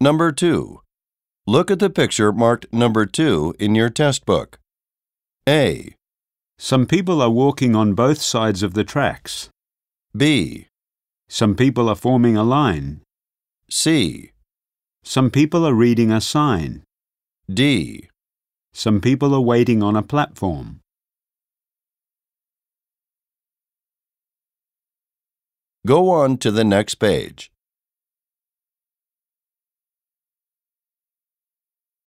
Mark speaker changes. Speaker 1: Number 2. Look at the picture marked number 2 in your test book. A,
Speaker 2: Some people are walking on both sides of the tracks.
Speaker 1: B,
Speaker 2: Some people are forming a line.
Speaker 1: C,
Speaker 2: Some people are reading a sign.
Speaker 1: D.
Speaker 2: Some people are waiting on a platform.
Speaker 1: Go on to the next page.